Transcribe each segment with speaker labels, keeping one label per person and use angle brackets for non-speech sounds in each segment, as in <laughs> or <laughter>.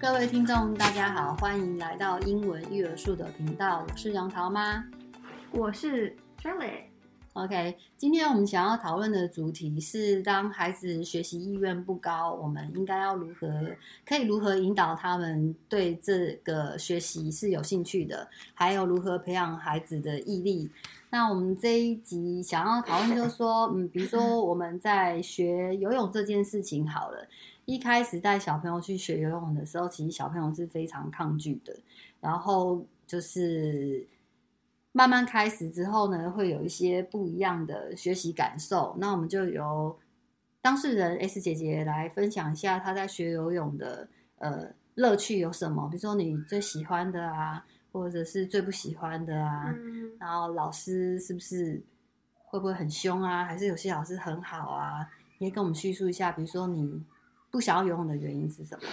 Speaker 1: 各位听众，大家好，欢迎来到英文育儿树的频道，我是杨桃妈。
Speaker 2: 我是 Shelly。
Speaker 1: OK，今天我们想要讨论的主题是：当孩子学习意愿不高，我们应该要如何可以如何引导他们对这个学习是有兴趣的，还有如何培养孩子的毅力。那我们这一集想要讨论，就是说，嗯，比如说我们在学游泳这件事情好了，一开始带小朋友去学游泳的时候，其实小朋友是非常抗拒的，然后就是慢慢开始之后呢，会有一些不一样的学习感受。那我们就由当事人 S 姐姐来分享一下她在学游泳的呃乐趣有什么，比如说你最喜欢的啊，或者是最不喜欢的啊。
Speaker 2: 嗯，
Speaker 1: 然后老师是不是会不会很凶啊？还是有些老师很好啊？你也跟我们叙述一下，比如说你不想要游泳的原因是什么？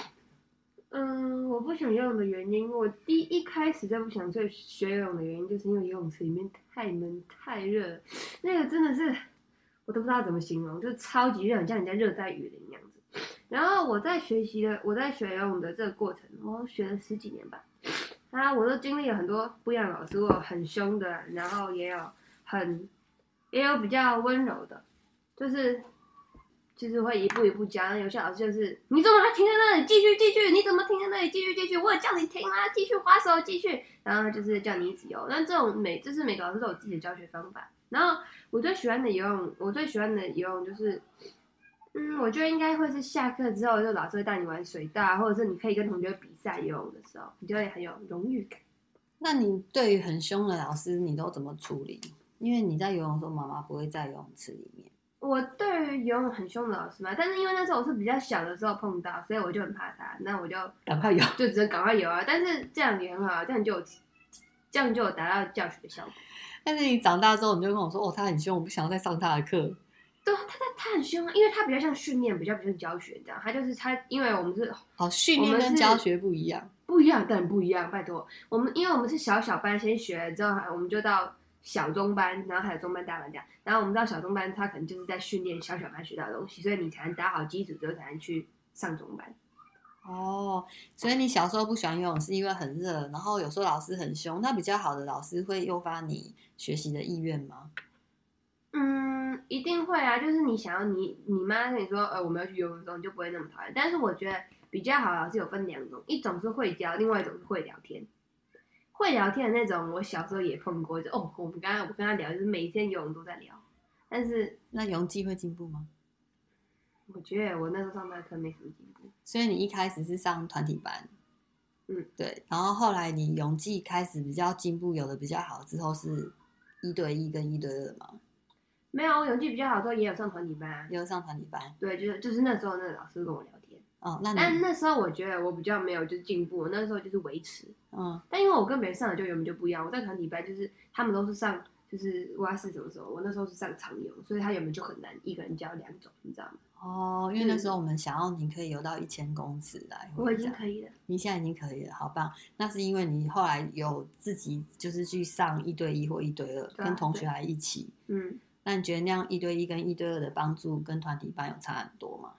Speaker 2: 嗯，我不想游泳的原因，我第一开始最不想最学游泳的原因，就是因为游泳池里面太闷太热，那个真的是我都不知道怎么形容，就是超级热，很像你在热带雨林那样子。然后我在学习的，我在学游泳的这个过程，我学了十几年吧。啊，我都经历了很多不一样的老师，我有很凶的，然后也有很也有比较温柔的，就是就是会一步一步教。然后有些老师就是你怎么还停在那里？继续继续，你怎么停在那里？继续继续，我有叫你停啊，继续划手，继续。然后他就是叫你一直游。那这种每就是每个老师都有自己的教学方法。然后我最喜欢的游泳，我最喜欢的游泳就是。嗯，我觉得应该会是下课之后，就老师会带你玩水道，或者是你可以跟同学比赛游泳的时候，你就会很有荣誉感。
Speaker 1: 那你对于很凶的老师，你都怎么处理？因为你在游泳的时候，妈妈不会在游泳池里面。
Speaker 2: 我对于游泳很凶的老师嘛，但是因为那时候我是比较小的时候碰到，所以我就很怕他，那我就
Speaker 1: 赶快游！ <laughs>
Speaker 2: 就只能赶快游啊。但是这样也很好啊，这样就有这样就有达到教学的效果。
Speaker 1: 但是你长大之后，你就跟我说：“哦，他很凶，我不想要再上他的课。
Speaker 2: 对啊，他他他很凶啊，因为他比较像训练，比较不像教学这样。他就是他，因为我们是”
Speaker 1: 好，训
Speaker 2: 我
Speaker 1: 练
Speaker 2: 们
Speaker 1: 跟
Speaker 2: 是
Speaker 1: 教学不一样。
Speaker 2: 不一样，但不一样，拜托。我们因为我们是小小班先学，之后还我们就到小中班，然后还有中班、大班这样。然后我们到小中班，他可能就是在训练小小班学到的东西，所以你才能打好基础之后才能去上中班。
Speaker 1: 哦，所以你小时候不喜欢游泳，是因为很热，然后有时候老师很凶。那比较好的老师会诱发你学习的意愿吗？
Speaker 2: 嗯，一定会啊，就是你想要你你妈跟你说，呃，我们要去游泳的时候，你就不会那么讨厌。但是我觉得比较好的老师有分两种，一种是会教，另外一种是会聊天。会聊天的那种，我小时候也碰过，就哦，我们刚刚我跟他聊，就是每天游泳都在聊，但是
Speaker 1: 那泳技会进步吗？
Speaker 2: 我觉得我那时候上那课没什么进步。
Speaker 1: 所以你一开始是上团体班，
Speaker 2: 嗯，
Speaker 1: 对，然后后来你泳技开始比较进步，有的比较好之后是一对一跟一对二嘛，
Speaker 2: 没有，我泳技比较好的时候也有上团体班啊。
Speaker 1: 又上团体班，
Speaker 2: 对，就是就是那时候那个老师跟我聊天，
Speaker 1: 哦，那
Speaker 2: 但
Speaker 1: 你，
Speaker 2: 啊那时候我觉得我比较没有就是进步，我那时候就是维持。
Speaker 1: 嗯，
Speaker 2: 但因为我跟别人上的就原本就不一样，我在团体班就是他们都是上就是蛙式什么什么，我那时候是上长泳，所以他原本就很难一个人教两种，你知道吗？
Speaker 1: 哦，因为那
Speaker 2: 嗯
Speaker 1: 时候我们想要你可以游到一千公尺来，
Speaker 2: 我已经
Speaker 1: 嗯以，
Speaker 2: 可以了。
Speaker 1: 你现在已经可以了，好棒！那是因为你后来有自己就是去上一对一或一对二，
Speaker 2: 对啊
Speaker 1: 跟同学
Speaker 2: 对
Speaker 1: 来一起。
Speaker 2: 嗯
Speaker 1: 那你觉得那样一对一跟一对二的帮助跟团体班有差很多
Speaker 2: <laughs>
Speaker 1: 吗？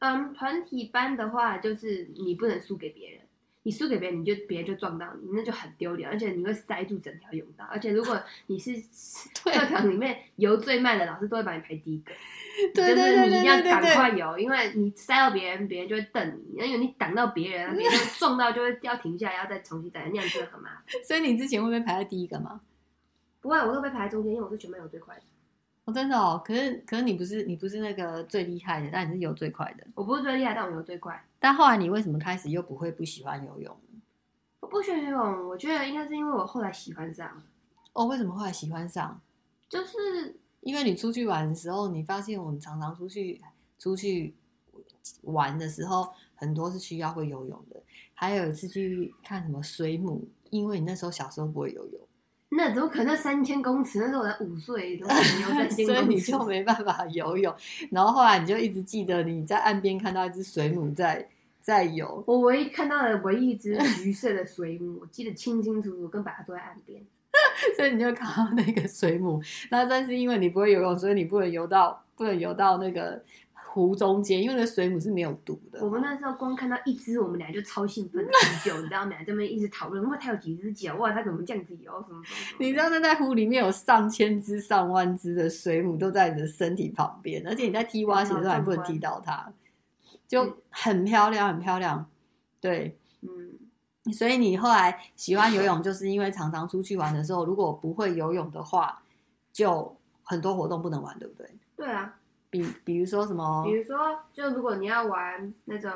Speaker 2: 嗯，团体班的话就是你不能输给别人。你输给别人，你就别人就撞到你，那就很丢脸，而且你会塞住整条泳道。而且如果你是 <laughs>
Speaker 1: 对
Speaker 2: 课堂里面游最慢的，老师都会把你排第一个。
Speaker 1: 对对对
Speaker 2: 就是你
Speaker 1: 对
Speaker 2: 一定要
Speaker 1: 对对
Speaker 2: 赶
Speaker 1: 对
Speaker 2: 快游，因为你塞到别人，别人就会瞪你，因为你挡到别人，别人就撞到就会要停下来，要再重新再来，那样真的很麻烦。
Speaker 1: 所以你之前会不会排在第一个吗？
Speaker 2: 不会，我都被排在中间，因为我是全班游最快的，
Speaker 1: 哦，真的哦，可是可是你不是你不是那个最厉害的，但你是游最快的。
Speaker 2: 我不是最厉害，但我游最快。
Speaker 1: 但后来你为什么开始又不会不喜欢游泳呢？
Speaker 2: 我不学游泳，我觉得应该是因为我后来喜欢上，
Speaker 1: 哦，为什么后来喜欢上？
Speaker 2: 就是
Speaker 1: 因为你出去玩的时候，你发现我们常常出去出去玩的时候，很多是需要会游泳的。还有一次去看什么水母，因为你那时候小时候不会游泳，
Speaker 2: 那怎么可能三千公尺？那时候我才五岁，怎么可能游三
Speaker 1: <laughs>
Speaker 2: 千
Speaker 1: 所以
Speaker 2: 公
Speaker 1: 你
Speaker 2: 尺？
Speaker 1: 就没办法游泳。然后后来你就一直记得你在岸边看到一只水母在在游，
Speaker 2: 我唯一看到的唯一一只橘色的水母，我记得清清楚楚，跟把它坐在岸边。
Speaker 1: <laughs> 所以你就考到那个水母。那但是因为你不会游泳，所以你不能游到不能游到那个湖中间，因为那个水母是没有毒的
Speaker 2: 我。们那时候光看到一只，我们俩就超兴奋很久，你知道吗？这边一直讨论，哇，它有几只脚？哇，它怎么这样子游？什么什么什么？
Speaker 1: 你知道那在湖里面有上千只、上万只的水母都在你的身体旁边，而且你在踢蛙鞋的时候还不能踢到它，就很漂亮，很漂亮。对，
Speaker 2: 嗯，
Speaker 1: 所以你后来喜欢游泳，就是因为常常出去玩的时候，如果不会游泳的话，就很多活动不能玩，对不对？
Speaker 2: 对啊，
Speaker 1: 比比如说什么
Speaker 2: 比，如说，就如果你要玩那种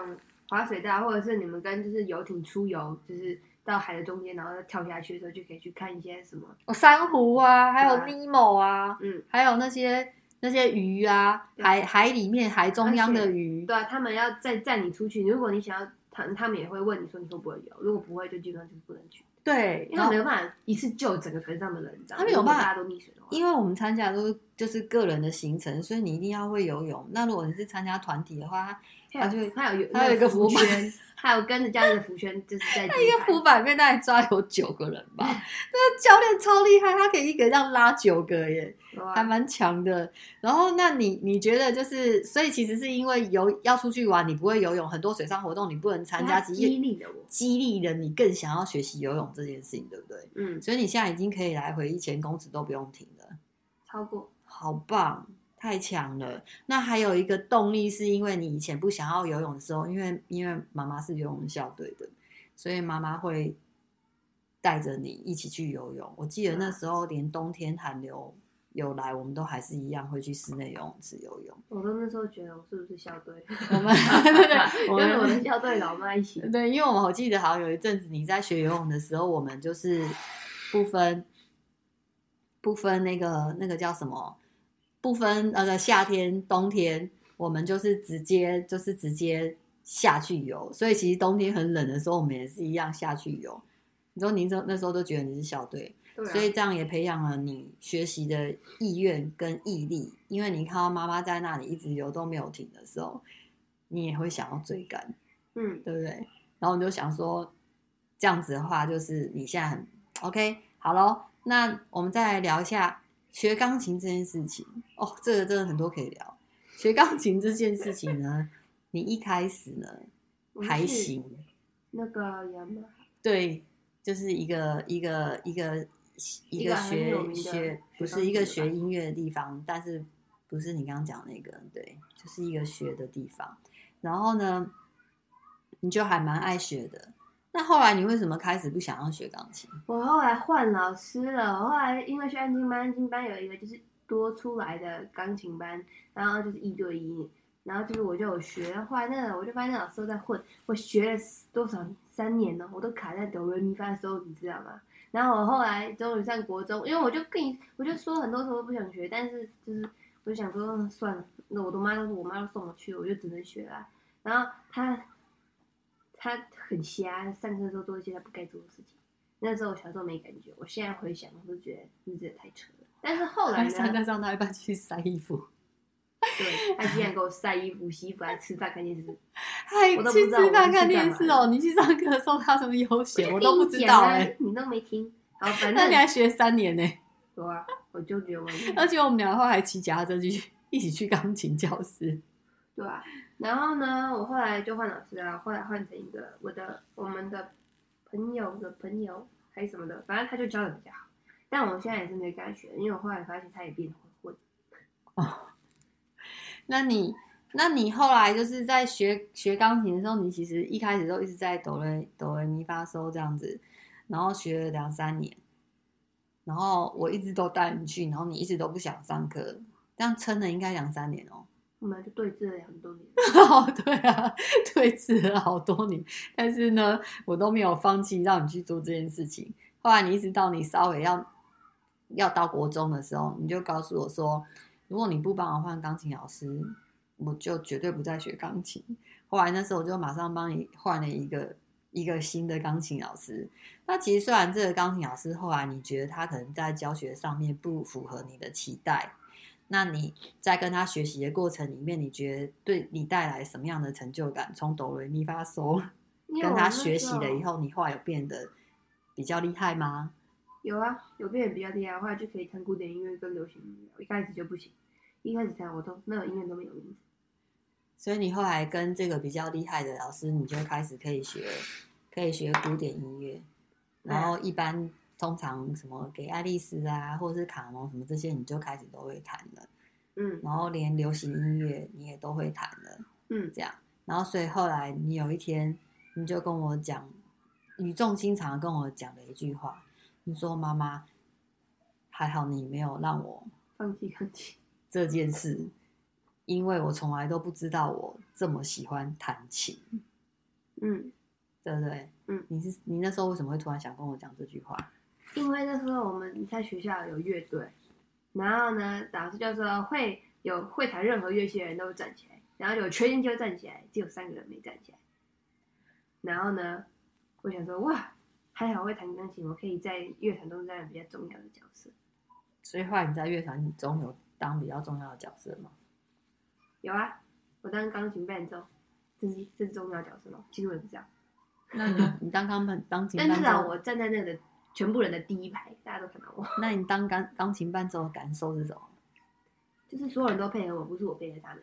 Speaker 2: 滑水道，或者是你们跟就是游艇出游，就是到海的中间，然后跳下去的时候，就可以去看一些什么，
Speaker 1: 哦珊瑚啊，还有
Speaker 2: 对啊
Speaker 1: 尼莫啊，
Speaker 2: 嗯，
Speaker 1: 还有那些那些鱼啊，
Speaker 2: 对
Speaker 1: 海海里面海中央
Speaker 2: 而
Speaker 1: 的
Speaker 2: 且
Speaker 1: 鱼，
Speaker 2: 对啊，他们要再载你出去，如果你想要，他他们也会问你说你会不会游，如果不会，就基本上就是不能去，
Speaker 1: 对，然
Speaker 2: 因为他
Speaker 1: 后
Speaker 2: 没有办法一次救整个船上的人，你知道吗
Speaker 1: 他们有
Speaker 2: 如果
Speaker 1: 办法
Speaker 2: 大家都溺水的话，
Speaker 1: 因为我们参加的都是就是个人的行程，所以你一定要会游泳。那如果你是参加团体的话，
Speaker 2: 还有还有
Speaker 1: 啊还有一个浮板
Speaker 2: 圈，还有跟着教练的浮圈，就是在
Speaker 1: 那一个浮板面大概抓有九个人 <laughs> 吧。那教练超厉害，他可以一个这样拉九个耶，还
Speaker 2: 板，
Speaker 1: 蛮强的。然后，那你你觉得就是，所以其实是因为游要出去玩，你不会游泳，很多水上活动你不能参加，
Speaker 2: 它
Speaker 1: 只
Speaker 2: 激
Speaker 1: 是
Speaker 2: 励了我，
Speaker 1: 激励人你更想要学习游泳这件事情，对不对？
Speaker 2: 嗯，
Speaker 1: 所以你现在已经可以来回一千公尺都不用停了。
Speaker 2: 超过，
Speaker 1: 好棒，太强了！那还有一个动力，是因为你以前不想要游泳的时候，因为因为妈妈是游泳校队的，所以妈妈会带着你一起去游泳。我记得那时候连冬天寒流有来，我们都还是一样会去室内游泳池游泳。
Speaker 2: 我都那时候觉得我是不是校队，
Speaker 1: 我
Speaker 2: <laughs>
Speaker 1: 们对对，我
Speaker 2: 跟我的
Speaker 1: 们
Speaker 2: 校队老妈一起，
Speaker 1: 对，因为我们我记得好像有一阵子你在学游泳的时候，我们就是不分不分那个那个叫什么，不分那个夏天冬天，我们就是直接就是直接下去游。所以其实冬天很冷的时候，我们也是一样下去游。你说您这那时候都觉得你是校队，
Speaker 2: 对啊
Speaker 1: 所以这样也培养了你学习的意愿跟毅力，因为你看到妈妈在那里一直游都没有停的时候，你也会想要追赶。
Speaker 2: 嗯，
Speaker 1: 对不对？然后我就想说，这样子的话，就是你现在很 OK，好咯，那我们再来聊一下学钢琴这件事情哦，这个真的很多可以聊。学钢琴这件事情呢，你一开始呢
Speaker 2: 我们
Speaker 1: 还
Speaker 2: 是
Speaker 1: 行，
Speaker 2: 那个雅马哈
Speaker 1: 对，就是一个一个一个
Speaker 2: 一
Speaker 1: 个
Speaker 2: 个很
Speaker 1: 学
Speaker 2: 有名的
Speaker 1: 学
Speaker 2: 学
Speaker 1: 不
Speaker 2: 钢
Speaker 1: 是一个
Speaker 2: 琴
Speaker 1: 学
Speaker 2: 吧
Speaker 1: 音乐的地方，但是不是你刚刚讲那个对，就是一个学的地方。然后呢，你就还蛮爱学的。那后来你为什么开始不想要学钢琴？
Speaker 2: 我后来换老师了，我后来因为去安静班，安静班有一个就是多出来的钢琴班，然后就是一对一，然后就是我就有学，后来那个我就发现那老师都在混，我学了多少三年呢，我都卡在哆瑞咪发嗦，你知道吗？然后我后来终于上国中，因为我就跟你我就说很多时候不想学，但是就是我就想说嗯算了，那我的妈都我妈都送我去了，我就只能学啦。然后他他很瞎，上课的时候做一些他不该做的事情。那时候我小时候没感觉，我现在回想我都觉得你这也太扯了。但是后来
Speaker 1: 上
Speaker 2: 呢，
Speaker 1: 课上到一半去晒衣 <laughs> 服，
Speaker 2: 对他竟然给我晒衣服、洗衣服、还吃饭、看
Speaker 1: <laughs>
Speaker 2: 电视，
Speaker 1: 还
Speaker 2: 我都不
Speaker 1: 哎去
Speaker 2: 知道
Speaker 1: 吃饭
Speaker 2: 我是
Speaker 1: 看
Speaker 2: 干
Speaker 1: 电
Speaker 2: 嘛
Speaker 1: 视
Speaker 2: 的
Speaker 1: 哦。你去上课的时候他这么悠闲，我
Speaker 2: 我
Speaker 1: 都
Speaker 2: 就
Speaker 1: 不
Speaker 2: 跟你
Speaker 1: 知
Speaker 2: 讲
Speaker 1: 道
Speaker 2: 啊
Speaker 1: 哎、
Speaker 2: 你都没听。好，反
Speaker 1: 那
Speaker 2: 正
Speaker 1: 你还呃学三年呢、 <laughs>
Speaker 2: 有啊，我就觉得我
Speaker 1: 而且我们俩后来还骑脚踏车去一起去钢琴教室。
Speaker 2: 对啊。然后呢，我后来就换老师啊，后来换成一个我的我们的朋友的朋友还是什么的，反正他就教的比较好。但我现在也是没跟他学，因为我后来发现他也变得很混。
Speaker 1: 那你，那你后来就是在学学钢琴的时候，你其实一开始都一直在哆来哆来咪发嗦这样子，然后学了两三年，然后我一直都带你去，然后你一直都不想上课，这样撑了应该两三年哦。
Speaker 2: 我们就对峙了很多年。
Speaker 1: 哦， <laughs> 对啊， <laughs> 对峙了好多年，但是呢，我都没有放弃让你去做这件事情。后来你一直到你稍微要要到国中的时候，你就告诉我说，如果你不帮我换钢琴老师，我就绝对不再学钢琴。后来那时候我就马上帮你换了一个一个新的钢琴老师。那其实虽然这个钢琴老师后来你觉得他可能在教学上面不符合你的期待，那你在跟他学习的过程里面，你觉得对你带来什么样的成就感？从哆来咪发嗦
Speaker 2: 因为
Speaker 1: 跟
Speaker 2: 我
Speaker 1: 他
Speaker 2: 那
Speaker 1: 学
Speaker 2: 时
Speaker 1: 习了
Speaker 2: 候
Speaker 1: 以后，你后来有变得比较厉害吗？
Speaker 2: 有啊，有变得比较厉害，后来就可以弹古典音乐跟流行音乐。我一开始就不行，一开始弹我都那个音乐都没有名字，
Speaker 1: 所以你后来跟这个比较厉害的老师，你就开始可以学，可以学古典音乐，然后一般通常什么给爱丽丝啊，或者是卡农什么这些，你就开始都会弹了，
Speaker 2: 嗯
Speaker 1: 然后连流行音乐你也都会弹了。
Speaker 2: 嗯，
Speaker 1: 这样。然后所以后来你有一天你就跟我讲，语重心长地跟我讲了一句话，你说妈妈，还好你没有让我
Speaker 2: 放弃钢琴，
Speaker 1: 这件事，因为我从来都不知道我这么喜欢弹琴，
Speaker 2: 嗯，
Speaker 1: 对不对？
Speaker 2: 嗯，
Speaker 1: 你是你那时候为什么会突然想跟我讲这句话？
Speaker 2: 因为那时候我们在学校有乐队，然后呢，老师就说会有会弹任何乐器的人都站起来，然后有全年级都站起来，只有三个人没站起来。然后呢，我想说哇，还好会弹钢琴，我可以在乐团中担任比较重要的角色。
Speaker 1: 所以后来你在乐团中有当比较重要的角色吗？
Speaker 2: 有啊，我当钢琴伴奏，这是这是重要角色吗？其实我也不知道，
Speaker 1: 那
Speaker 2: <laughs>
Speaker 1: 你你当钢伴当琴
Speaker 2: 但
Speaker 1: 伴
Speaker 2: 至少
Speaker 1: 奏，
Speaker 2: 我站在那个全部人的第一排，大家都看到我，
Speaker 1: 那你当钢钢琴伴奏的感受是什么？
Speaker 2: 就是所有人都配合我，不是我配合他们。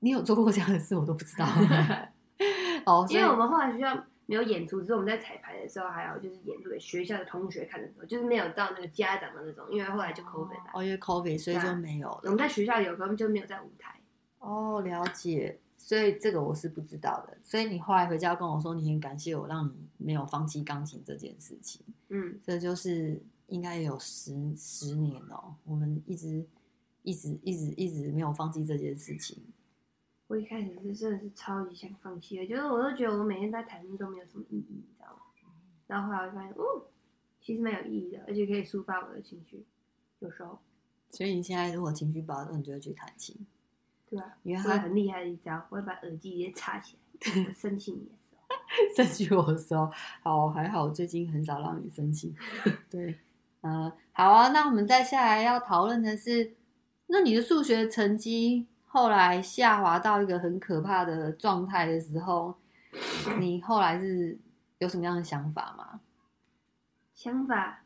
Speaker 1: 你有做过这样的事，我都不知道。 <laughs>
Speaker 2: <laughs>
Speaker 1: 哦，所
Speaker 2: 因
Speaker 1: 以
Speaker 2: 为我们后来学校没有演出，只是我们在彩排的时候，还有就是演出给学校的同学看的时候，就是没有到那个家长的那种，因为后来就 COVID 了。
Speaker 1: 哦，因为 COVID 所以
Speaker 2: 对
Speaker 1: 就
Speaker 2: 啊
Speaker 1: 没有
Speaker 2: 我们
Speaker 1: 了。
Speaker 2: 在学校有，根本就没有在舞台。
Speaker 1: 哦，了解。所以这个我是不知道的。所以你后来回家跟我说，你很感谢我让你没有放弃钢琴这件事情。
Speaker 2: 嗯，
Speaker 1: 这就是应该有十十年哦，我们一直一直一直一直没有放弃这件事情。
Speaker 2: 我一开始是真的是超级想放弃的，就是我都觉得我每天在台上都没有什么意义，你知道吗？然后后来我就发现，哦，其实蛮有意义的，而且可以抒发我的情绪，有时候，
Speaker 1: 所以你现在如果情绪不好的时候，你就会去弹琴，
Speaker 2: 对吧、啊？
Speaker 1: 因为
Speaker 2: 我有
Speaker 1: 它
Speaker 2: 很厉害的一招，我会把耳机直接插起来，我生气你的时候，
Speaker 1: <laughs> 生气我的时候，好还好，我最近很少让你生气。 <laughs> 对，呃，好啊，那我们再下来要讨论的是，那你的数学成绩后来下滑到一个很可怕的状态的时候，你后来是有什么样的想法吗？
Speaker 2: 想法。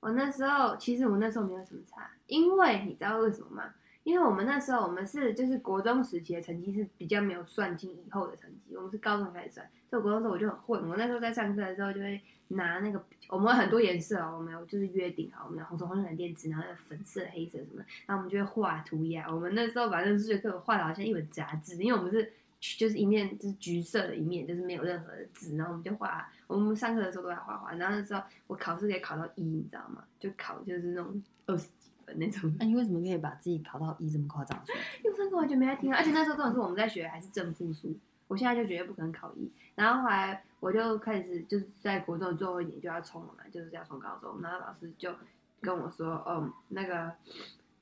Speaker 2: 我那时候其实我那时候没有什么差，因为你知道为什么吗？因为我们那时候我们是就是国中时期的成绩是比较没有算进以后的成绩，我们是高中开始算，所以我国中的时候我就很混。我那时候在上课的时候就会拿那个我们有很多颜色哦，我们有就是约定好，我们有红橙黄绿蓝靛紫，然后有粉色、黑色什么的，然后我们就会画涂鸦。我们那时候把那个数学课画的好像一本杂志，因为我们是就是一面就是橘色的一面，就是没有任何的字，然后我们就画。我们上课的时候都在画画，然后那时候我考试可以考到一，你知道吗？就考就是那种二十几分那种。
Speaker 1: 那你为什么可以把自己考到一这么夸张的数字？
Speaker 2: 因为上课完全没在听、啊， <laughs> 而且那时候重点是我们在学还是正负数，我现在就觉得不可能考一。然后后来我就开始就是在国中的最后一年就要冲了嘛，就是要冲高中，然后老师就跟我说，嗯，那个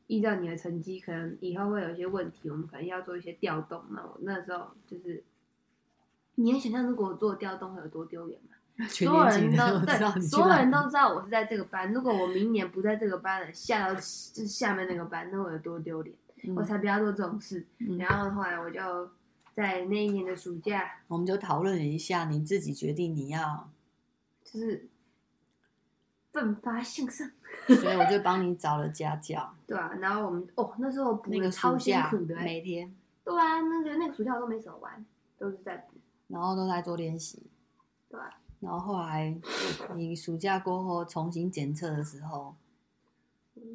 Speaker 2: 依照你的成绩，可能以后会有一些问题，我们可能要做一些调动。那我那时候就是，你能想象如果我做调动会有多丢脸吗？
Speaker 1: 全
Speaker 2: 所有
Speaker 1: 年级
Speaker 2: 人
Speaker 1: 的
Speaker 2: 都
Speaker 1: 我知道
Speaker 2: 对，
Speaker 1: 你去
Speaker 2: 所有
Speaker 1: 哪
Speaker 2: 人
Speaker 1: 里
Speaker 2: 都知道我是在这个班。如果我明年不在这个班了，下到就是下面那个班，那我有多丢脸？我才不要做这种事。
Speaker 1: 嗯嗯
Speaker 2: 然后后来我就在那一年的暑假，
Speaker 1: 我们就讨论了一下，你自己决定你要，
Speaker 2: 就是奋发向上，
Speaker 1: 所以我就帮你找了家教，
Speaker 2: 对啊。然后 <laughs> 我们哦，那时候补
Speaker 1: 那
Speaker 2: 的
Speaker 1: 个暑
Speaker 2: 超辛
Speaker 1: 假
Speaker 2: 苦的欸、
Speaker 1: 每天，
Speaker 2: 对啊，那个那个暑假我都没怎么玩，都是在补，
Speaker 1: 然后都在做练习。
Speaker 2: 对啊？
Speaker 1: 然后后来你暑假过后重新检测的时候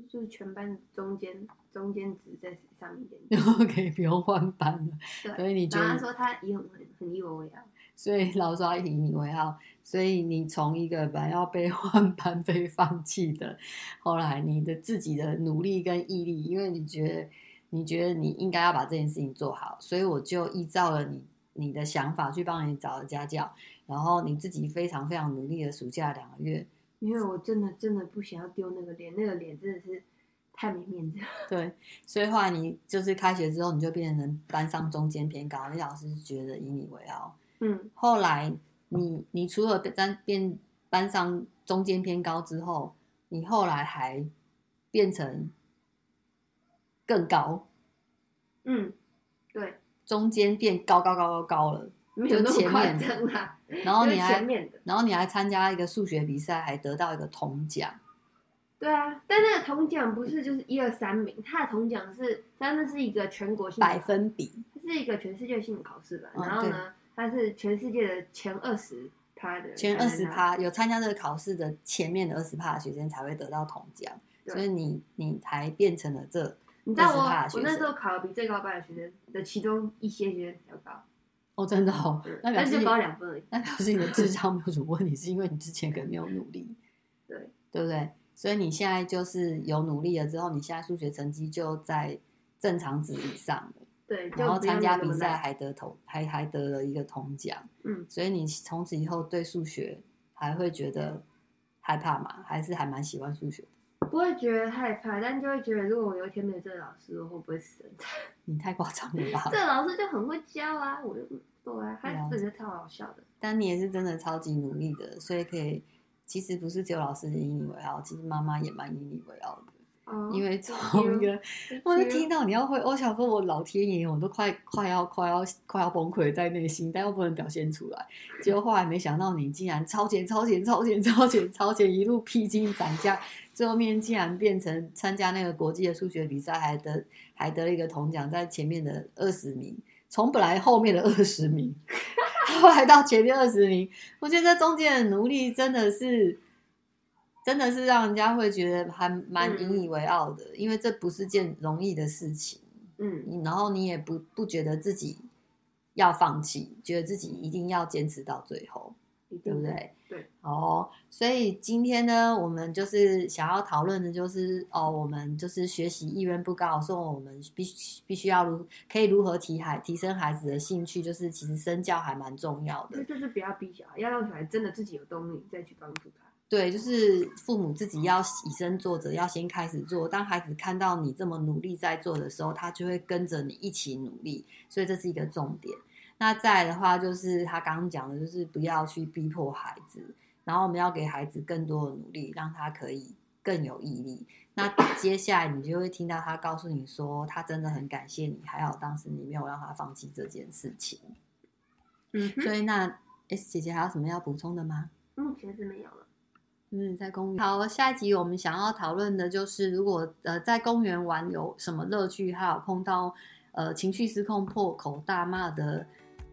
Speaker 2: 就是全班中间中间值在上面一
Speaker 1: <laughs>
Speaker 2: 点点。
Speaker 1: ，OK，不用换班了。所 <laughs>
Speaker 2: 对，
Speaker 1: 以你就
Speaker 2: 然，后他说他以后很很啊以我为傲，
Speaker 1: 所以老师要以你为傲，所以你从一个本来要被换班、被放弃的，后来你的自己的努力跟毅力，因为你觉得你觉得你应该要把这件事情做好，所以我就依照了你你的想法去帮你找了家教，然后你自己非常非常努力的暑假两个月，
Speaker 2: 因为我真的真的不想要丢那个脸，那个脸真的是太没面子了。
Speaker 1: 对，所以后来你就是开学之后，你就变成班上中间偏高，李老师觉得以你为傲。
Speaker 2: 嗯，
Speaker 1: 后来你你除了班变班上中间偏高之后，你后来还变成更高，
Speaker 2: 嗯，对，
Speaker 1: 中间变高高高高高了，
Speaker 2: 没有那
Speaker 1: 就
Speaker 2: 么
Speaker 1: 前
Speaker 2: 夸
Speaker 1: 面的
Speaker 2: 张啦，
Speaker 1: 然后
Speaker 2: 就是
Speaker 1: 你
Speaker 2: 前
Speaker 1: 还
Speaker 2: 面的，
Speaker 1: 然后你还参加一个数学比赛，还得到一个铜奖。
Speaker 2: 对啊，但那个铜奖不是就是一二三名，它的铜奖是，它那是一个全国性的
Speaker 1: 百分比，
Speaker 2: 它是一个全世界性的考试吧，
Speaker 1: 嗯
Speaker 2: 然后呢，它是全世界的前二十趴的人
Speaker 1: 前
Speaker 2: 才
Speaker 1: 二
Speaker 2: 能
Speaker 1: 十
Speaker 2: 拿，
Speaker 1: 趴有参加这个考试的前面的二十趴学生才会得到铜奖，
Speaker 2: 对
Speaker 1: 所以你你才变成了这
Speaker 2: 你知道
Speaker 1: 20%
Speaker 2: 我
Speaker 1: 的学
Speaker 2: 我那
Speaker 1: 生
Speaker 2: 时候考的比最高班的学生的其中一些学生比较高，
Speaker 1: 哦， <laughs> 真的哦
Speaker 2: 嗯，
Speaker 1: 那表
Speaker 2: 但
Speaker 1: 示
Speaker 2: 是
Speaker 1: 你
Speaker 2: 就高两分而已。
Speaker 1: 那表示你的智商没有什么问题，是因为你之前可能没有努力，
Speaker 2: <laughs> 对
Speaker 1: 对不对？所以你现在就是有努力了之后，你现在数学成绩就在正常值以上了，
Speaker 2: 对，就
Speaker 1: 然后
Speaker 2: 不用
Speaker 1: 参加
Speaker 2: 那么
Speaker 1: 比赛
Speaker 2: 难，
Speaker 1: 还得铜，还还得了一个铜奖，
Speaker 2: 嗯，
Speaker 1: 所以你从此以后对数学还会觉得害怕吗？还是还蛮喜欢数学的？
Speaker 2: 不会觉得害怕，但就会觉得如果我有一天没有这个老师，我会不会死？ <laughs>
Speaker 1: 你太夸张了吧
Speaker 2: 这？个老师就很会教啊，我就对啊，他
Speaker 1: 了
Speaker 2: 真的超好笑的。
Speaker 1: 但你也是真的超级努力的，所以可以，其实不是只有老师引你为傲，其实妈妈也蛮引你为傲的。
Speaker 2: 哦
Speaker 1: 因为 <laughs> 从一个，我就听到你要会，我想说，我老天爷，我都快快要快要快要崩溃在内心，但又不能表现出来。结果后来没想到，你竟然超前超前超前超前超前，一路披荆斩棘，最后面竟然变成参加那个国际的数学比赛，还得还得了一个铜奖，在前面的二十名，从本来后面的二十名，后来到前面二十名，我觉得这中间的努力真的是，真的是让人家会觉得还蛮
Speaker 2: 嗯
Speaker 1: 引以为傲的，因为这不是件容易的事情。
Speaker 2: 嗯，
Speaker 1: 然后你也不不觉得自己要放弃，觉得自己一定要坚持到最后，
Speaker 2: 一
Speaker 1: 对
Speaker 2: 定
Speaker 1: 不
Speaker 2: 的？
Speaker 1: 对？
Speaker 2: 对。
Speaker 1: 哦，所以今天呢，我们就是想要讨论的，就是哦，我们就是学习意愿不高，说我们必须必须要如可以如何提孩提升孩子的兴趣，就是其实身教还蛮重要的
Speaker 2: 那。就是不要逼小孩，要让小孩真的自己有动力再去帮助他。
Speaker 1: 对，就是父母自己要以身作则，要先开始做。当孩子看到你这么努力在做的时候，他就会跟着你一起努力，所以这是一个重点。那再来的话，就是他刚刚讲的，就是不要去逼迫孩子，然后我们要给孩子更多的努力，让他可以更有毅力。那接下来你就会听到他告诉你说，他真的很感谢你，还好当时你没有让他放弃这件事情。
Speaker 2: 嗯
Speaker 1: 所以那 S 姐姐还有什么要补充的吗？
Speaker 2: 目前是没有了。
Speaker 1: 嗯，在公园。好，下一集我们想要讨论的就是，如果呃在公园玩有什么乐趣，还有碰到呃情绪失控、破口大骂的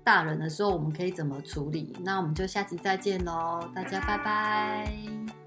Speaker 1: 大人的时候，我们可以怎么处理？那我们就下集再见喽，大家拜拜